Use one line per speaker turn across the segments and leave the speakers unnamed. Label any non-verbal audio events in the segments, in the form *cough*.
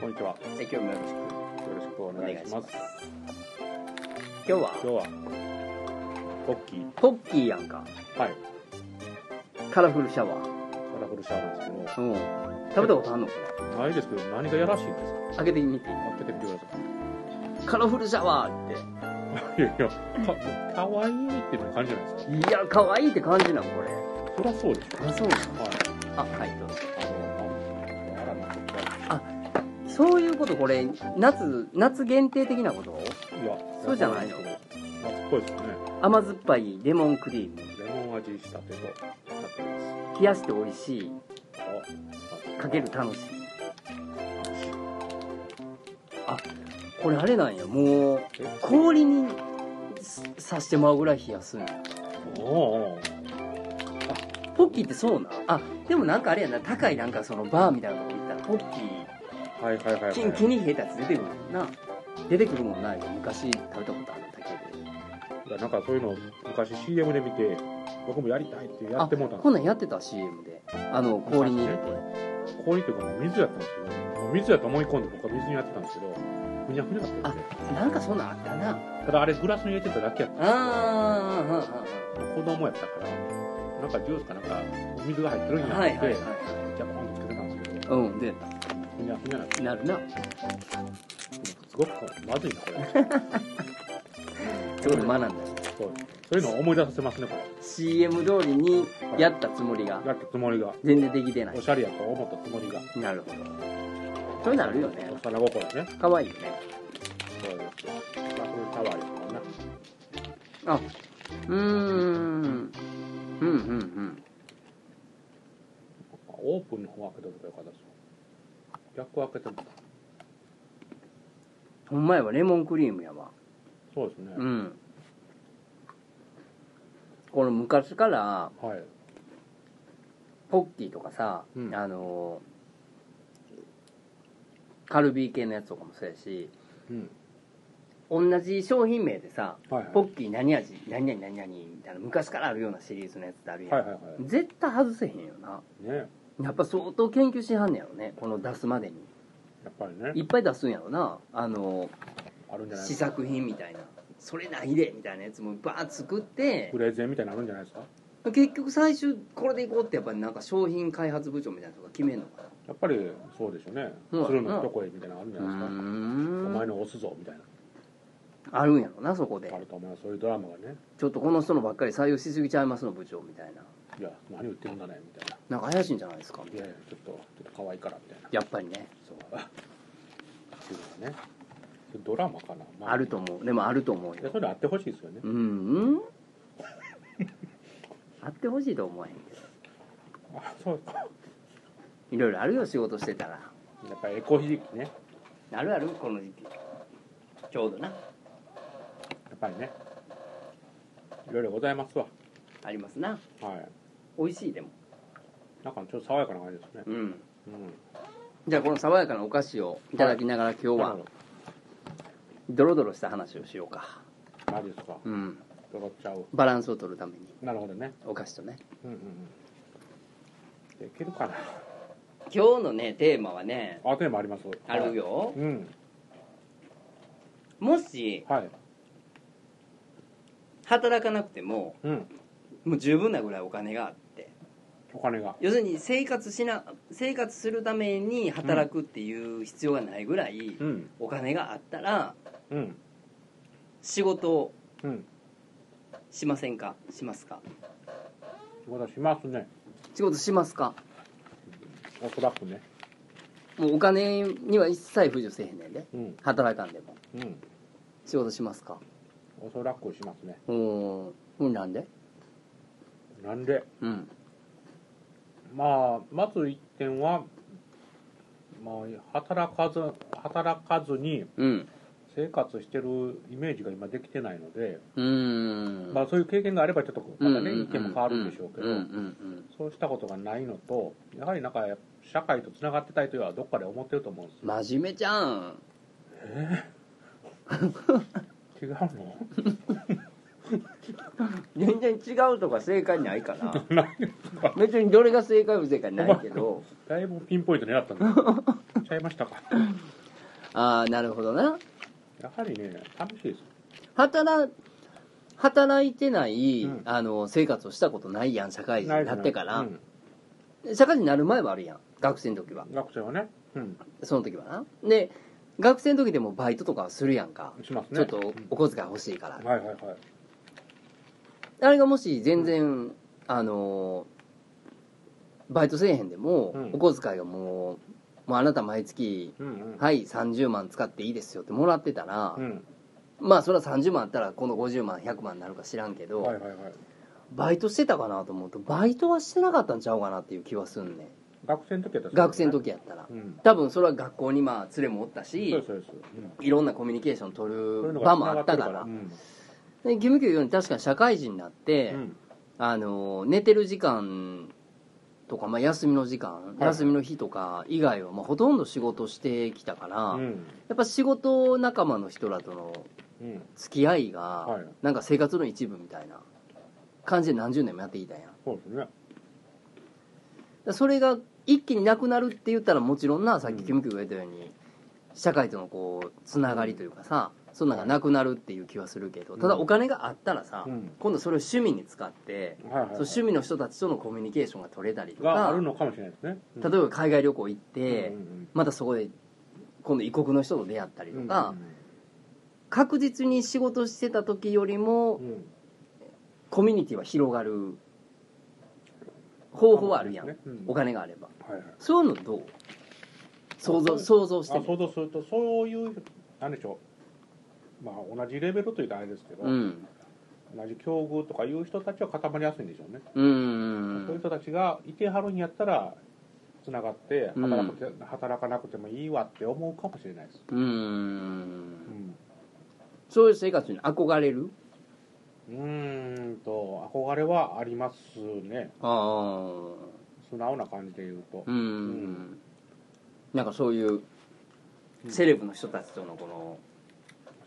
こんにちは。
はい、今日もよろしく
よろしくお
お
願
願
い
い
し
し
ま。
ますす。
今
今日
日
は、
は、ポッキー、
ポッキーやんか。
はい、
カラフルシャワー。
カラフルシャワーですけ
うん。食べたことあんのこれ。
ど、ないですけど、何がやらしいんですか
開けてみていい
開けてみてくださ
カラフルシャワーって。
い。いやいや、か、かわいいっていう感じじゃないですか。
いや、可愛いって感じなの、これ。
そりゃそうでしょ。
あ、そうなの
はい。
あ、はい、どうぞ。
あの、あの、
そういうこと、これ、夏、夏限定的なこと
いや、
そうじゃないの
夏っぽいですよね。
甘酸っぱいレモンクリーム。
レモン味仕立てと、なってま
冷やして美味しい。
す。
かける楽しい。あ、これあれなんや。もう、
え
氷にさしてまうぐらい冷やすんや。
おー
ポッキーってそうなんあでもなんかあれやな高いなんかそのバーみたいなとこ行ったらポッキー
はいはいはいはい。
キンキンに冷えたやつ出てくるもんな出てくるもんない昔食べたことあるだけ
いやなんかそういうの昔 CM で見て僕もやりたいってやってもうた
で
ん
こん
で
なんやってた CM であの氷に入れて
すよ氷というかもう水やったんですけどもう水やと思い込んで僕は水にやってたんですけどふにゃふにゃだったんですよ
なんかそんなんあったな
ただあれグラスに入れてただけやったん
あ
ですよ子供やったからなんかジュースかなんかお水が入ってるん
ー
や
は
ないっ
はい
て
は
ジャパンとつけてたんですけど
いうんで
ふにゃふにゃなって
なるな
すごくまずいなこれ
そこで学んだ
そうそういうのを思い出させますねこ
CM 通りにやったつもりが
れやったつもりが
全然できてない
おしゃれやと思ったつもりが
なるほどそうなるよね
お皿心ね
かわいいよね
そうですよラフルタワーですもんね
あうーんうんうんうん
オープンの方開けとけばよかったですよ逆開けても
ほんまやわレモンクリームやわ
そうですね、
うんこの昔から
はい
ポッキーとかさ、
うん
あのカルビー系のやつとかもそうやし
うん
同じ商品名でさ
はいはい
ポッキー何味何々何々みたいな昔からあるようなシリーズのやつってあるや
は
ん、
いはいは
絶対外せへんよない
ね
やっぱ相当研究しはんねやろねこの出すまでに
やっぱりね
いっぱい出すんやろなあの
あるんじゃないで
試
すか
作品みたいなそれないでみたいなやつもバーッ作って
プレゼンみたいなのあるんじゃないですか
結局最終これでいこうってやっぱりなんか商品開発部長みたいな人が決めんのか
やっぱりそうでしょうね、
うん
鶴の一声みたいなのあるんじゃ
な
ないですか、お前
ん
の押すぞみたいな
あるんやろなそこで
あると思いますそういうドラマがね
ちょっとこの人のばっかり採用しすぎちゃいますの部長みたいない
や何言ってるんだねみたいな
なんか怪しいんじゃないですかみ
いや
たい
い
な
やちょっとちょっと可愛いからみたいな
やっぱりね
そう *laughs* っていうのがねドラマかな、ま
あると思うでもあると思う
いや
よ
それあってほしいですよね
う、んうん *laughs* あってほしいと思えへんけど
あそうか
いろいろあるよ仕事してたら
やっぱりエコひじきね
あるあるこの時期ちょうどな
やっぱりねいろいろございますわ
ありますな
はい
美味しいでも
なんかちょっと爽やかな感じですね
うん
うん
じゃあこの爽やかなお菓子をいただきながら今日
な
は
るほ
ドロドロした話をしようか、
どマジですか
うん、
ドロっちゃう
バランスを取るために
なるほどね
お菓子とね
うんうんうんできるかな *laughs*
今日のねテーマはね
あテーマあります
あるよ
うん
もし
はい
働かなくても
うん
もう十分なぐらいお金があって
お金が
要するに生活しな生活するために働くっていう必要がないぐらい
うん
お金があったら
うん
仕事を
うん
しませんかしますか
仕事しますね
仕事しますか
おそらくね
もうお金には一切不自由せえへんねんで
うん
働かんでも
うん
仕事しますか
おそらくしますね
うんうんなんで
なんで
うん
まあまず一点はまあ働かず働かずに
うん
生活してるイメージが今できてないので、
うーん
まあ、そういう経験があればちょっとまたね
うんうんうん
意見も変わるんでしょうけど、
うんうん
そうしたことがないのとやはりなんかやっ社会とつながってたいというのはどっかで思ってると思うんですよ、
真面目じゃん
違うの
全然違うとか正解ないか *laughs* な別にどれが正解不正解ないけど
だいぶピンポイント狙ったんですけどちゃいましたか
ああなるほどな
やはりね楽しいです
働働いてない、
うん
あの生活をしたことないやん社会人になってから
う、ん、
社会人になる前はあるやん学生の時は
学生はねうん
その時はなで学生の時でもバイトとかはするやんか、
しますね
ちょっと
うん
お小遣い欲しいから、
はいはいはい
あれがもし全然、あのバイトせえへんでも、
うん
お小遣いがもうもうあなた毎月
うんうん
はい30万使っていいですよってもらってたら、
うん
まあそれは30万あったらこの50万100万になるか知らんけど、
はいはいはい
バイトしてたかなと思うとバイトはしてなかったんちゃうかなっていう気はすんねん
学生の時やったらそうですね
学生の時やったら
うん
多分それは学校にまあ連れもおったし
そうですそうです、うん
いろんなコミュニケーション取
そういう
る
の
場
が
もあったから
つながってる
で義務教育に確かに社会人になって、
からうん
あの寝てる時間とか、まあ、休みの時間、
はい
休みの日とか以外は、まあ、ほとんど仕事してきたから、
う
や
ん
っぱ仕事仲間の人らとの
うんうん
付き合いが、
はい
なんか生活の一部みたいな感じで何十年もやってきたんやだか
そうですね
らそれが一気になくなるって言ったらもちろんなさっきキムキムが言ったように、社会とのこうつながりというかさそんなんがなくなるっていう気はするけど、
うん
ただお金があったらさ、
うん
今度それを趣味に使って、
はいはいはい
そう趣味の人たちとのコミュニケーションが取れたりと
があ
か
るのかもしれないですね
例えば海外旅行行って、
うんうん
またそこで今度異国の人と出会ったり
う
と
ん
か、確実に仕事してた時よりも、
うんうん
コミュニティは広がる方法はあるやん、
そうですねうん
お金があれば
はいはい
そういうのどう想像
あ
想像して
あ
み
想像するとそういうなんでしょうまあ同じレベルというとあれですけど、
うん
同じ境遇とかいう人たちは固まりやすいんでしょうね、
うん
そういう人たちがいてはるんやったらつながって
うん
働くて、働かなくてもいいわって思うかもしれないです、
うん
ん
そういう生活に憧れる
うーんと憧れはありますね
ああ
素直な感じで言うと
うん、
ん
なんかそういうセレブの人たちとのこの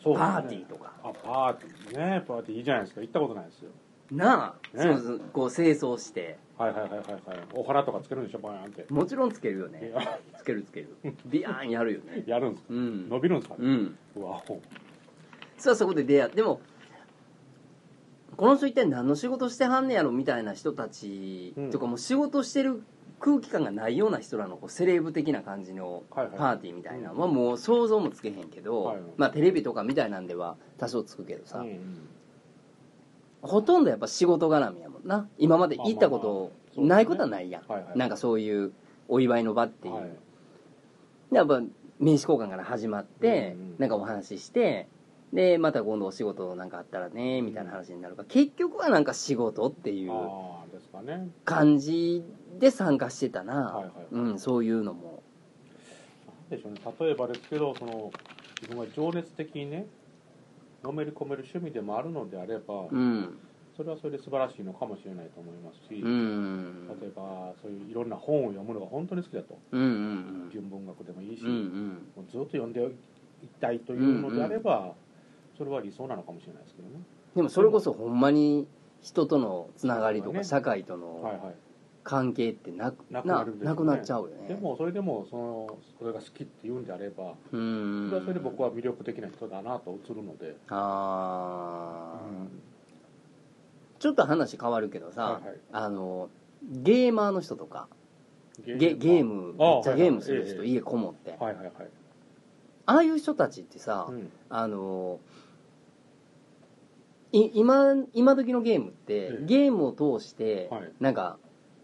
そうですね
パーティーとか、
あパーティーねパーティーいいじゃないですか行ったことないですよ
なあ、
ね
そうそうこう清掃して
はいはいはいはいはいお花とかつけるんでしょバーンって
もちろんつけるよ
い
ね
や
つけるつけるビヤーンやるよね
やるんですか
うん
伸びるんですか
う
ね、
ん
うわお
そはそこで出会ってでもこの人一体何の仕事してはんねやろみたいな人たち、
うん
とかもう仕事してる空気感がないような人らのこうセレブ的な感じの
はいはい
パーティーみたいなのはもう想像もつけへんけど、
はいはい
まあテレビとかみたいなんでは多少つくけどさ、
うんうん
ほとんどやっぱ仕事絡みやもんな今まで行った
ま
こと
あまあまあそうですね
ないことはないやん、
はいはい
なんかそういうお祝いの場っていう、
はい
でやっぱ名刺交換から始まって、
うんうん
なんかお話ししてでまた今度お仕事なんかあったらねみたいな話になるから、結局はなんか仕事っていう
ああですかね
感じで参加してたな、
はいはい
うん、そういうのも
なんでしょうね例えばですけどその自分が情熱的にねのめり込める趣味でもあるのであれば、
うん
それはそれで素晴らしいのかもしれないと思いますし、
うんうん
例えばそういういろんな本を読むのが本当に好きだと
うんうん
純文学でもいいし、
うんうん
もうずっと読んでいたいというのであれば、それは理想なのかもしれないですけどね、
でもそれこそほんまに人とのつながりとか
ね
社会と
はい
の
はい
関係ってなく
なく
な
なるんですよね
なくなっちゃうよね
でもそれでもそのそれが好きっていうんであれば
うん
それはそれで僕は魅力的な人だなと映るので、
ああ、
うん
ちょっと話変わるけどさ、
はいはい
あのゲーマーの人とか
ゲ
ゲゲーム
ああ
めっちゃゲームする
はい
人
はい
家こもって、
はいはいはい、
ああいう人たちってさ、
うん
あのい今今時のゲームって、
ええ
ゲームを通して、
はい
なんか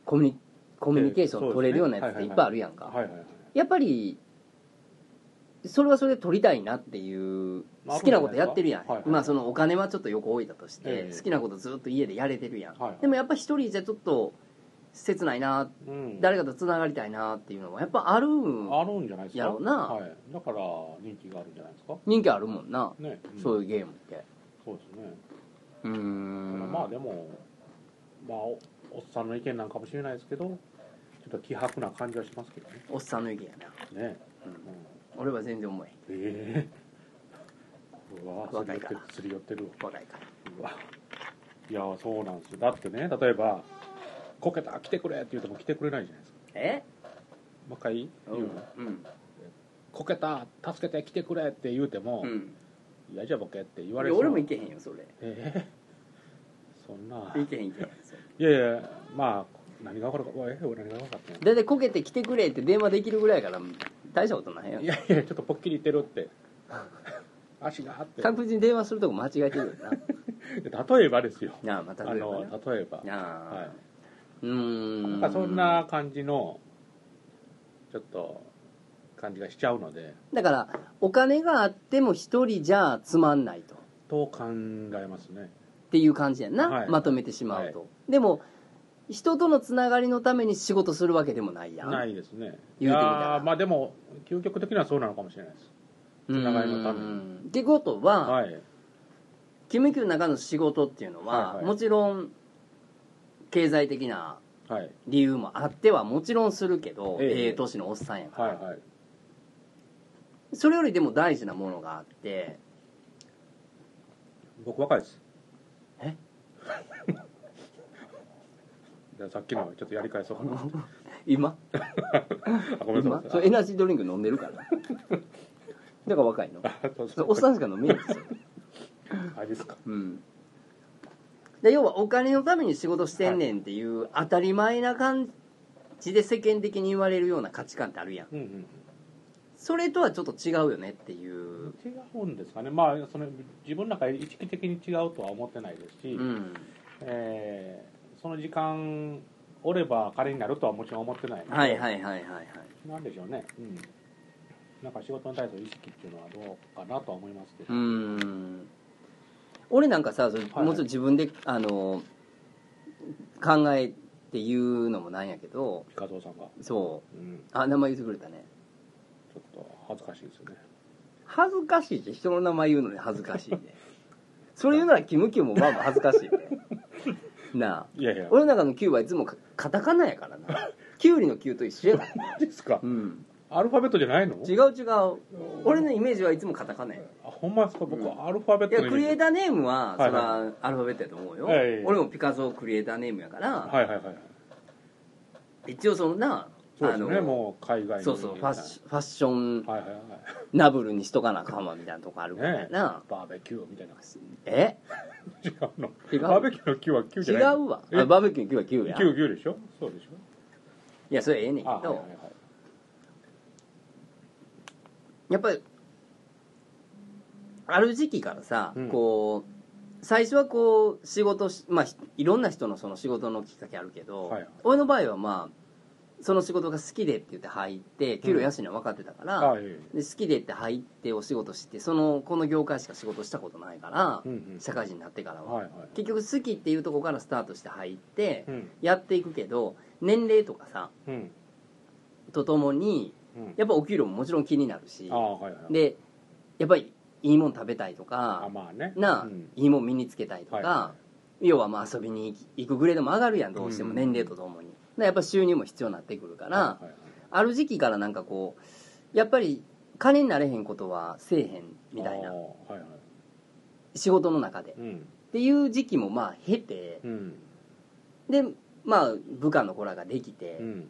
コミュニコミュニケーション取れるようなやつっていっぱいあるやんか、
はいはいはい
やっぱりそれはそれで取りたいなっていう
まあ
好きなことやってるやん、
はいはい
まあそのお金はちょっと横置いたとして、
ええ
好きなことずっと家でやれてるやん、
はいはい
でもやっぱ一人じゃちょっと切ないな
うん
誰かとつながりたいなっていうのはやっぱある
あるんじゃないですか
やろうな
はい、だから人気があるんじゃないですか
人気あるもんな、
ね、ん
そういうゲームって
そうですね、
うーん
まあでもまあおおっさんの意見なんかもしれないですけど自ょっと希薄な感じはしますけどね
おっさんの意見やな、
ね
うん
うん、
俺は全然重い
ええうわす
若
り
い
寄
か
ってる
ら
すり寄ってるわ
若いから
うわいやそうなんですよだってね例えば「こけた来てくれ」って言うても来てくれないじゃないですか
え
もう一回
う
言うの、
んうん
こけた助けて来てくれ」って言うても「
うん
いやじゃあボケ」って言われそ
俺
う
俺もいけへんよそれ
ええそんない
けへんいけへんそれ
いやいやまあ何が分かるかええ俺何が分かった
大体こけて来てくれって電話できるぐらいやから大したことないやん
いやいやちょっとポッキリ言ってるって足があって
確実に電話するとこ間違えてるよな
例えばですよ
なあまた
あ
例えば
の
な
例えば
なあ、
はいう
ー
なん
ん
かそんな感じのちょっと感じがしちゃうので
だからお金があっても一人じゃつまんないとっ
と考えますね
ていう感じやんな、
はい
まとめてしまうと、でも人とのつながりのために仕事するわけでもないやん
ないですねい
言うてみたら
やーまあでも究極的にはそうなのかもしれないです
つ
ながりのために
ってことは、
はい
キムキューの中の仕事っていうのは、
はいはい
もちろん経済的な
はい
理由もあってはもちろんするけど
ええ
ええ年のおっさんやから、
はいはい
それよりでも大事なものがあって
僕若いです
え
*laughs* じゃあさっきのちょっとやり返そうかな
今
あごめんな
今
さ
そ
い
れエナジードリンク飲んでるから *laughs* だから若いの
あそう
そ
そ
れ
う
おっさんしか飲めないんですよ、
あれですか
うん、で要はお金のために仕事してんねんっていう当たり前な感じで世間的に言われるような価値観ってあるやん
うんうん
それとはちょっと違うよねっていう
違うんですかねまあその自分の中で意識的に違うとは思ってないですし、
うん
えーその時間おれば彼になるとはもちろん思ってないので
はいはいはいはいはい
なんでしょうね、うん、なんか仕事に対する意識っていうのはどうかなとは思いますけ
う
ど、
ん俺なんかさそれもう
はい
ちょっと自分であの考えて言うのもなんやけど
ピカゾウさんが、
そう
うん、
あ名前言ってくれたね
ちょっと恥ずかしいですよね
恥ずかしいって人の名前言うのに恥ずかしいねそれ言うならキムキューもまあまあ恥ず
*laughs*
かしいねなあ
いやいや
俺の中のキューはいつもカカタカナやからなキュウリのキュウと一緒やからね
何ですか
うん
アルファベットじゃないの
違う違う俺のイメージはいつもカタカナや
あほんまですか僕、
うん
アルファベッ
い
ト
や
のイ
ク
メ
リエ
ー
イ
ジ
ターネームはそ
はいはい
れはアルファベットやと思うよ、
はいはい
俺もピカソクリエイターネームやから、
はいはいはい
一応そのな
そうですね
あの
もう海外
そうそうファッシファッション
はいはいはい
ナブルにしとかなあかんわみたいなとこあるから
ね
な、
バーベキューみたいな
え
違うの
違う
バーベキューのキューはキュー
違
じゃないう
わ
え
あバーベキューのキュウはキュウや
キューキューでしょそうでしょ
いやそれええねんけ
あはい
ど
はいはい
やっぱりある時期からさ、
うん
こう最初はこう仕事しまあひいろんな人のその仕事のきっかけあるけど、
はい
俺の場合はまあその仕事が好きでって言って入って給料安いのは分かってたから、
あいえいえ
で好きでって入ってお仕事してそのこの業界しか仕事したことないから、
うんうん
社会人になってからは、
はいはい
結局好きっていうところからスタートして入って
うん
やっていくけど年齢とかさ
うん
とともに
うん
やっぱお給料ももちろん気になるし
ああはいはい
でやっぱりいいもん食べたいと
あ
か
まあね
なあ、
うん
いいもん身につけたいとか、
はいは
要はまあ遊びに行くグレードも上がるやんどうして
う
も
ん
年齢とともに、だからやっぱ収入も必要になってくるから、
はいはい
ある時期からなんかこうやっぱり金になれへんことはせえへんみたい
あ
な
ーはいはい
仕事の中で
うん
っていう時期もまあ経て
うん
でまあ部下の子らができて、
うん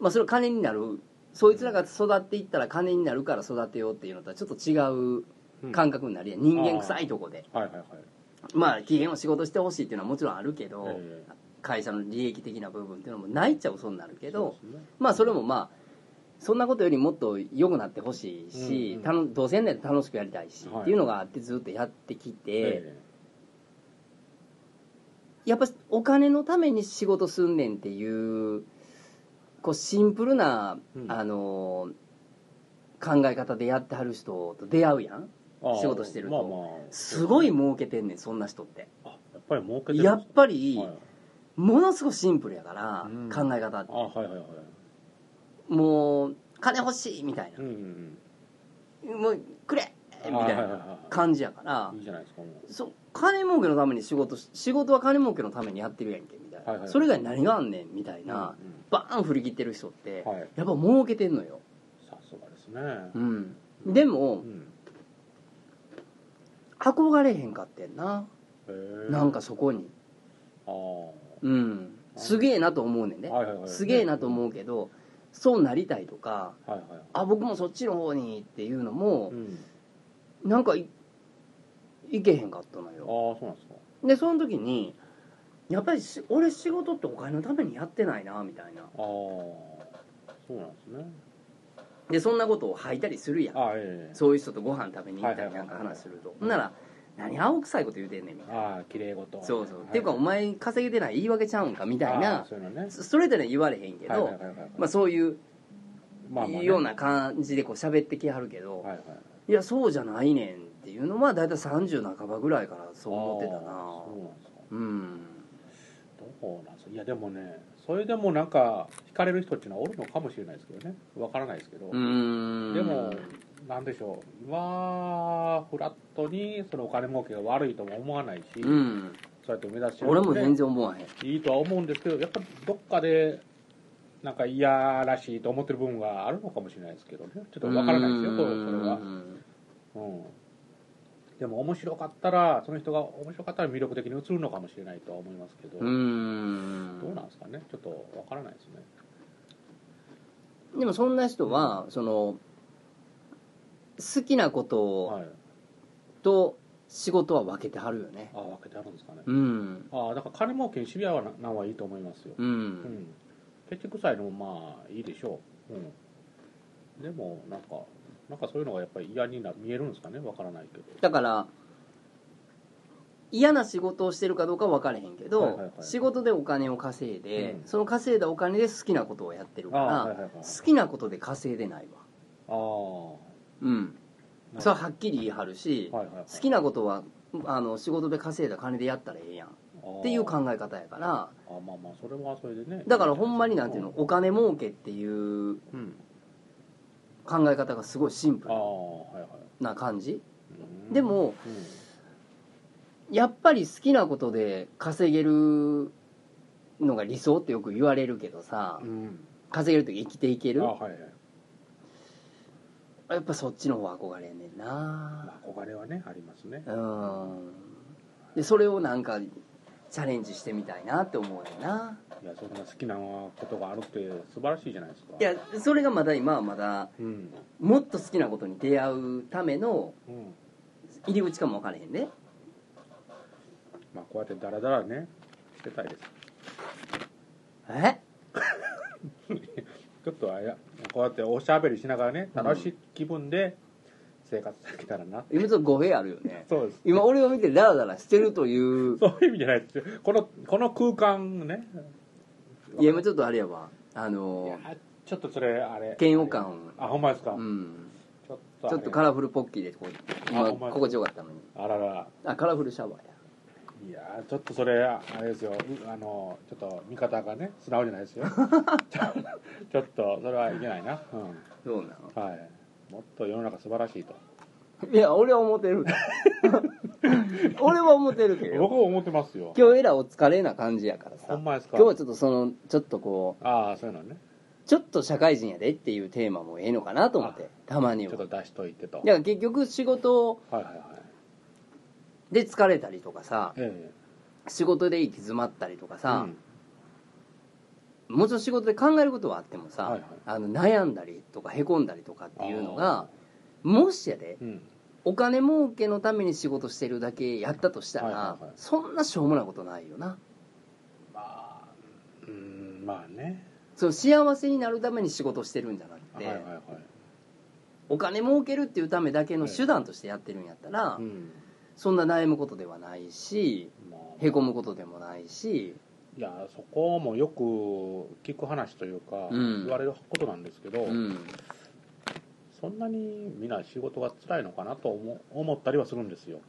まあそれは金になるそいつらが育っていったら金になるから育てようっていうのとはちょっと違
う
うん感覚になりやん人間臭いとこで
はいはいはい
まあ期限を仕事してほしいっていうのはもちろんあるけど、
ええ
会社の利益的な部分っていうのもないっちゃ嘘になるけど
そうですね
まあそれもまあそんなことよりもっと良くなってほしいし、
うんうん
たの同性年で楽しくやりたいし、
はい
っていうのがあってずっとやってきて、
え
やっぱお金のために仕事すんねんっていうこうシンプルな、
うん
あの考え方でやってはる人と出会うやん
えあー
仕事してると
まあまあ
すごい儲けてんねんそんな人って
あやっぱり儲けてる
やっぱり、
はい
ものすごいシンプルやから、
うん
考え方って
あはいはいはい
もう金欲しいみたいな
う、んうん
もうくれみたい
はいはい
な
はいはい
感じやから
いいじゃないですかもう
そ金儲けのために仕事し仕事は金儲けのためにやってるやんけみたいな、
はいはい
それ以外に何があんねんみたいな、
う
バーン振り切ってる人って、
んうんはい
やっぱ儲けてんのよ、
さすがですね
うん、でも
うん
憧れへんかってんな
へー
なんかそこに
あー
うんすげえなと思うねんね
はいはいはい
すげえなと思うけどそうなりたいとか
はいはい
あ僕もそっちの方にっていうのも
うん
なんかいいけへんかったの
ああ
よ
そうなんですか
でその時にやっぱりし俺仕事ってお金のためにやってないなみたいな
ああそうなんですね
でそんなことを吐いたりするやん
あええ
そういう人とご飯食べに行った
はい
り
はいは
ないんか話すると
ん
ほんなら何青臭いこと言うてんねんみたいな
ああ綺麗事
そうそう、
は
っていうかお前稼げてない言い訳ちゃうんかみたい
あー
な
そういうのね
スストレートには言われへんけど、
はいはいはいはい
まあ、そういう
まあまあね
ような感じでこう喋ってきはるけど、
はいはい
いやそうじゃないねんっていうのは大体30半ばぐらいからそう思ってた
あー
な
そうなんですか
うん
どうなんですかいやでもねそれでもなんか惹かれる人っていうのはおるのかもしれないですけどねわからないですけど、
うーん
でもなんでしょう今フラットにそのお金儲けが悪いとも思わないし、
うん
そうやって目指してる
俺も
ので
全然思わへん
いいとは思うんですけどやっぱりどっかでなんか嫌らしいと思ってる部分があるのかもしれないですけどねちょっとわからないですよこれそれは
う、ん
うん、でも面白かったらその人が面白かったら魅力的に映るのかもしれないとは思いますけど、
う
どうんなんですかねちょっとわからないですね
でもそんな人はその好きなこ
は
と
い
と仕事は分けてはるよね
ああ分けてあるんですかね、
うん
ああだから金儲けにシビアはななんはいいと思いますよ
う
うんんケチくさいのもまあいいでしょう、うん、でもなんかなんかそういうのがやっぱり嫌にな見えるんですかねわからないけど
だから嫌な仕事をしてるかどうかは分からへんけど、
はいはいはい
仕事でお金を稼いで、
うん
その稼いだお金で好きなことをやってるから、
ああーはいはいはい
好きなことで稼いでないわ
あ
うん
あ
それははっきり言い張るし、
はいはいはい
好きなことはあの仕事で稼いだ金でやったらええやんっていう考え方やから
あーあまあまあそれはそれでね
だからほんまになんていうのお金儲けっていう
うん
考え方がすごいシンプ
あ
ル
あはいはい
な感じ
うん
でも
うん
やっぱり好きなことで稼げるのが理想ってよく言われるけどさ
うん
稼げると生きていける
あはいはい
やっぱそっちの方憧れんねんな
まあ憧れはねありますね
うんでそれをなんかチャレンジしてみたいなって思うねんない
やそんな好きなことがあるって素晴らしいじゃないですか
いやそれがまだ今はまだ
うん
もっと好きなことに出会うための
うん
入り口かも分からへんね
まあこうやってダラダラねしてたいです
え
ちょっとあやこうやっておしゃべりしながらね楽しい気分で生活できたらな、
今ちょっと語弊あるよね
そうです
今俺を見てダラダラしてるという
そういう意味じゃないですよこのこの空間ね
いや今ちょっとあれやわあの
いやちょっとそれあれ
嫌悪感
あほんまですか、
うん
ちょっとあ
ち
れ
ょっとカラフルポッキーでこう今
あほんまや
心地よかったのに
あらら
あカラフルシャワーや
いやーちょっとそれあれですようあのちょっと見方がね素直じゃない
*laughs*
ですよちょっとそれはいけないな、う
そうなの
んはい、もっと世の中素晴らしいと
いや俺は思って *laughs* る俺は思ってるけ
僕
ど
は思ってますよ
今日エラお疲れな感じやから
ほ
さ
んまですか
今日はちょっとそのちょっとこ
ああそういうのね
うちょっと社会人やでっていうテーマもええのかなと思ってたまに
ちょ
は
っ
だ
と
か
出しといてと
ら結局仕事
はいはいはい
で疲れたりとかさ
え
仕事で行き詰まったりとか
えう、
さ
ん
もうちょっと仕事で考えることはあってもさ、
はいはい
あの悩んだりとかへこんだりとかっていうのがもしやで
うん
お金儲けのために仕事してるだけやったとしたら、
はいはいはい
そんなしょうもないことないよな
まあうんまあね
その幸せになるために仕事してるんじゃなく
はい
て、
はいはい
お金儲けるっていうためだけの手段としてやってるんやったら、
うん
そんな悩むことではないし
まあ
へこむことでもないし
いやそこもよく聞く話というか、
うん
言われることなんですけど、
うん
そんなにみんな仕事が辛いのかなと思思ったりはするんですよ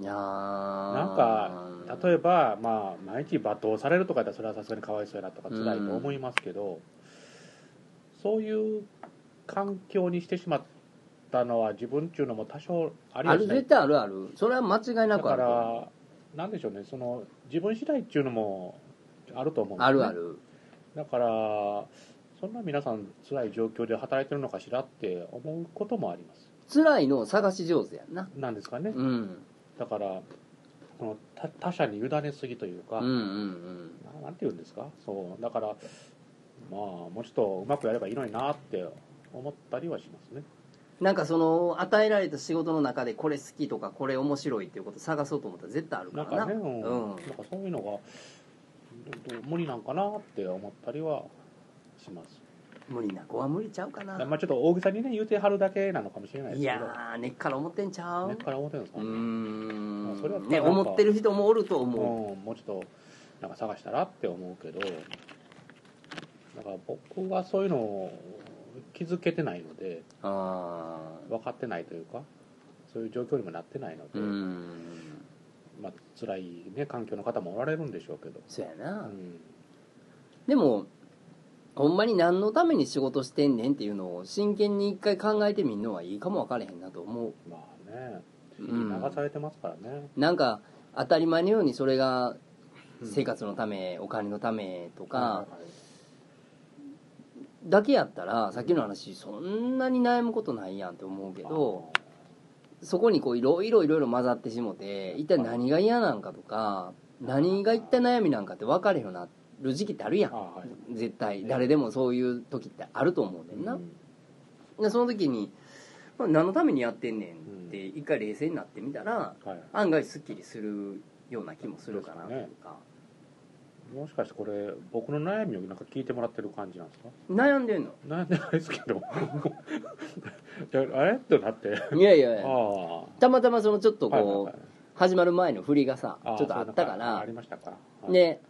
いや
なん
な
か例えば、まあ、毎日罵倒されるとかだったらそれはさすがにかわいそうやなとか辛いと思いますけど、そういう環境にしてしまったのは自分っていうのも多少あり
あ
ま
る
す
絶
ね
対あるあるそれは間違い
だ
なく
か
あると思う
らなんでしょうねその自分次第っていうのもあると思うんですね
あるある
だからそんな皆さん辛い状況で働いてるのかしらって思うこともあります
辛いのを探し上手やんな、
なんですかね、
うん、うん
だからこの他他者に委ねすぎというか、
うんうん
ななんて言うんですかそうだからまあもうちょっとうまくやればいいのになって思ったりはしますね
なんかその与えられた仕事の中でこれ好きとかこれ面白いっていうこと探そうと思ったら絶対ある
な
から
ん
な
かね、うん
う
なん
ん
かそういうのがどど無理なんかなって思ったりはします
無理な子は無理ちゃうかな
まあちょっと大げさにね言うてはるだけなのかもしれないです
い
けど
やー根っから思ってんちゃう
根っから思ってるんですか
うー
ね、まあそれは
ん
やっぱり
ね
なんか
思ってる人もおると
うん
思う、
もうちょっとなんか探したらって思うけどだから僕はそういうのを気づけてないので
ああ
分かってないというかそういう状況にもなってないの
う
で、
ーん
まあ辛い、ね、環境の方もおられるんでしょうけど、
そうや
う
な、
ん、
でもほんまに何のために仕事してんねんっていうのを真剣に一回考えてみるのはいいかも分からへんなと思う、
まあね
うん、
流されてますからね、
なんか当たり前のようにそれが
うん
生活のため、お金のためと
は
か
いはいはい
だけやったらさっきの話そんなに悩むことないやんって思うけどそこにこういろいろいろいろ混ざってしもて一体何が嫌なんかとか何が一体悩みなんかって分かれへんようになる時期ってあるや
あー
ん
あーはい
絶対誰でもそういう時ってあると思うねんな、
うん
でその時にまあ何のためにやってんねんって一回冷静になってみたら
はい
案外すっきりするような気もするかなというか
もしかしてこれ僕の悩みをなんか聞いてもらってる感じなんですか
悩んでんの
悩んでないですけど *laughs* いやあれってなってあ
いやいやいや
あ
たまたまそのちょっとこう、
はいはいはい
始まる前の振りがさち
あ
ょ
ー
っとあった
そ
か
ういうのがあ
ら
りましたか
で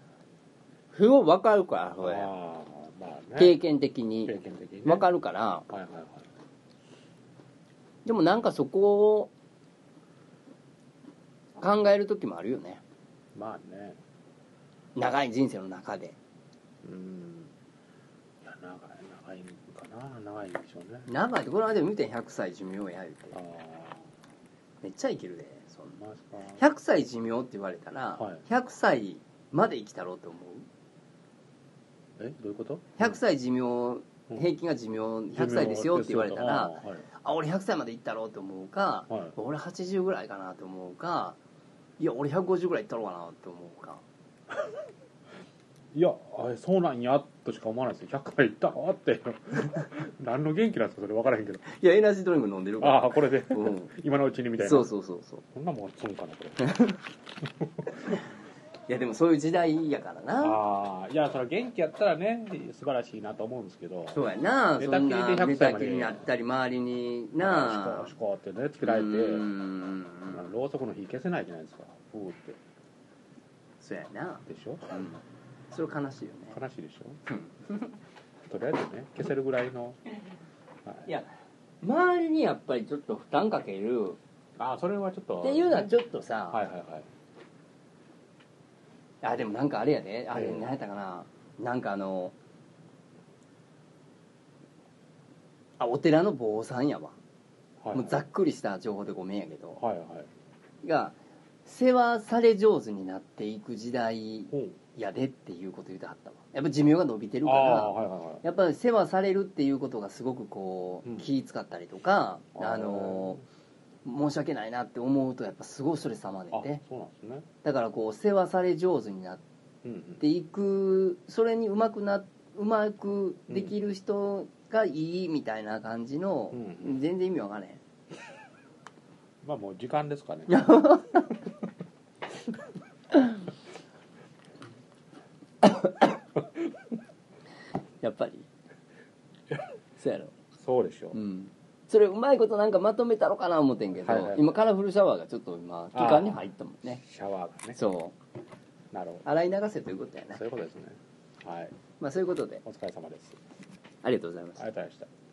すごい分かるから
あ
それ
あまあね
経験的に
経験的にね
分かるから
はいはいはい
でもなんかそこを考える時もあるよね
まあね
長い人生の中で
うんいや長い長いかな長いんでしょうね
長いとこの間見て100歳寿命や言うて
ああ
めっちゃ生きるでそんな
まあ
100歳寿命って言われたら、
はい
100歳まで生きたろうと思う
えどういうこと
100歳寿命、
うん
平均が寿命100歳ですよって言われたら、
あーはい
あ俺100歳までいったろうと思うか、
はい
俺80ぐらいかなと思うかいや俺150ぐらいいったろうかなと思うか
いやあれそうなんやとしか思わないですよ100回いったわって *laughs* 何の元気なんですかそれ分からへんけど
いやエナジードリンク飲んでるから
ああこれで
うん、
今のうちにみたいな
そうそうそうそう
そんなもんつんかなこれ
いやでもそういう時代やからな
ああいやそれ元気やったらね素晴らしいなと思うんですけど
そうやな
寝
そ
たき
ん
りで
な
100歳
寝
ま
たきり
で
になったり周りに
あ
な
あしこしこってねつけられて
うーん
あのろうそくの火消せないじゃないですかふーって
そうやな、
でしょ
うん、それ悲しいよね
悲しいでし *laughs* ょとりあえずね消せるぐらいの、はい、
いや周りにやっぱりちょっと負担かける
ああそれはちょっと
っていうのはちょっとさ、
はいはいはい
あでもなんかあれやであれ
ええ
何やったかな、なんかあのあお寺の坊さんやわ、
はい
もうざっくりした情報でごめんやけど
はいはい
が世話され上手になっていく時代
ほう
やでっていうこと言ってはったわやっぱ寿命が伸びてるか
ああ
ら
はいはいはい
やっぱり世話されるっていうことがすごくこう、
うん
気使ったりとか
あー
あの申し訳ないなって思うとやっぱすごいストレス溜まんね
あ
んて
そうなんですね
だからこう世話され上手になって
うんう
っ
ん
ていくそれにうまくなうまくできる人がいいみたいな感じの、
うん
全然意味わかんない
まあもう時間ですかね
やっぱり *laughs* そうやろ
そうでしょ
うんそれうまいことなんかまとめたのかな思ってんけど、
はいはい
今カラフルシャワーがちょっと今期間に入ったもんね
シャワーがね
そ
なるほ
う洗い流せということや
ど
な
そういうことですねはい
まあそういうことで
お疲れ様です
ありがとうございました
ありがとうございました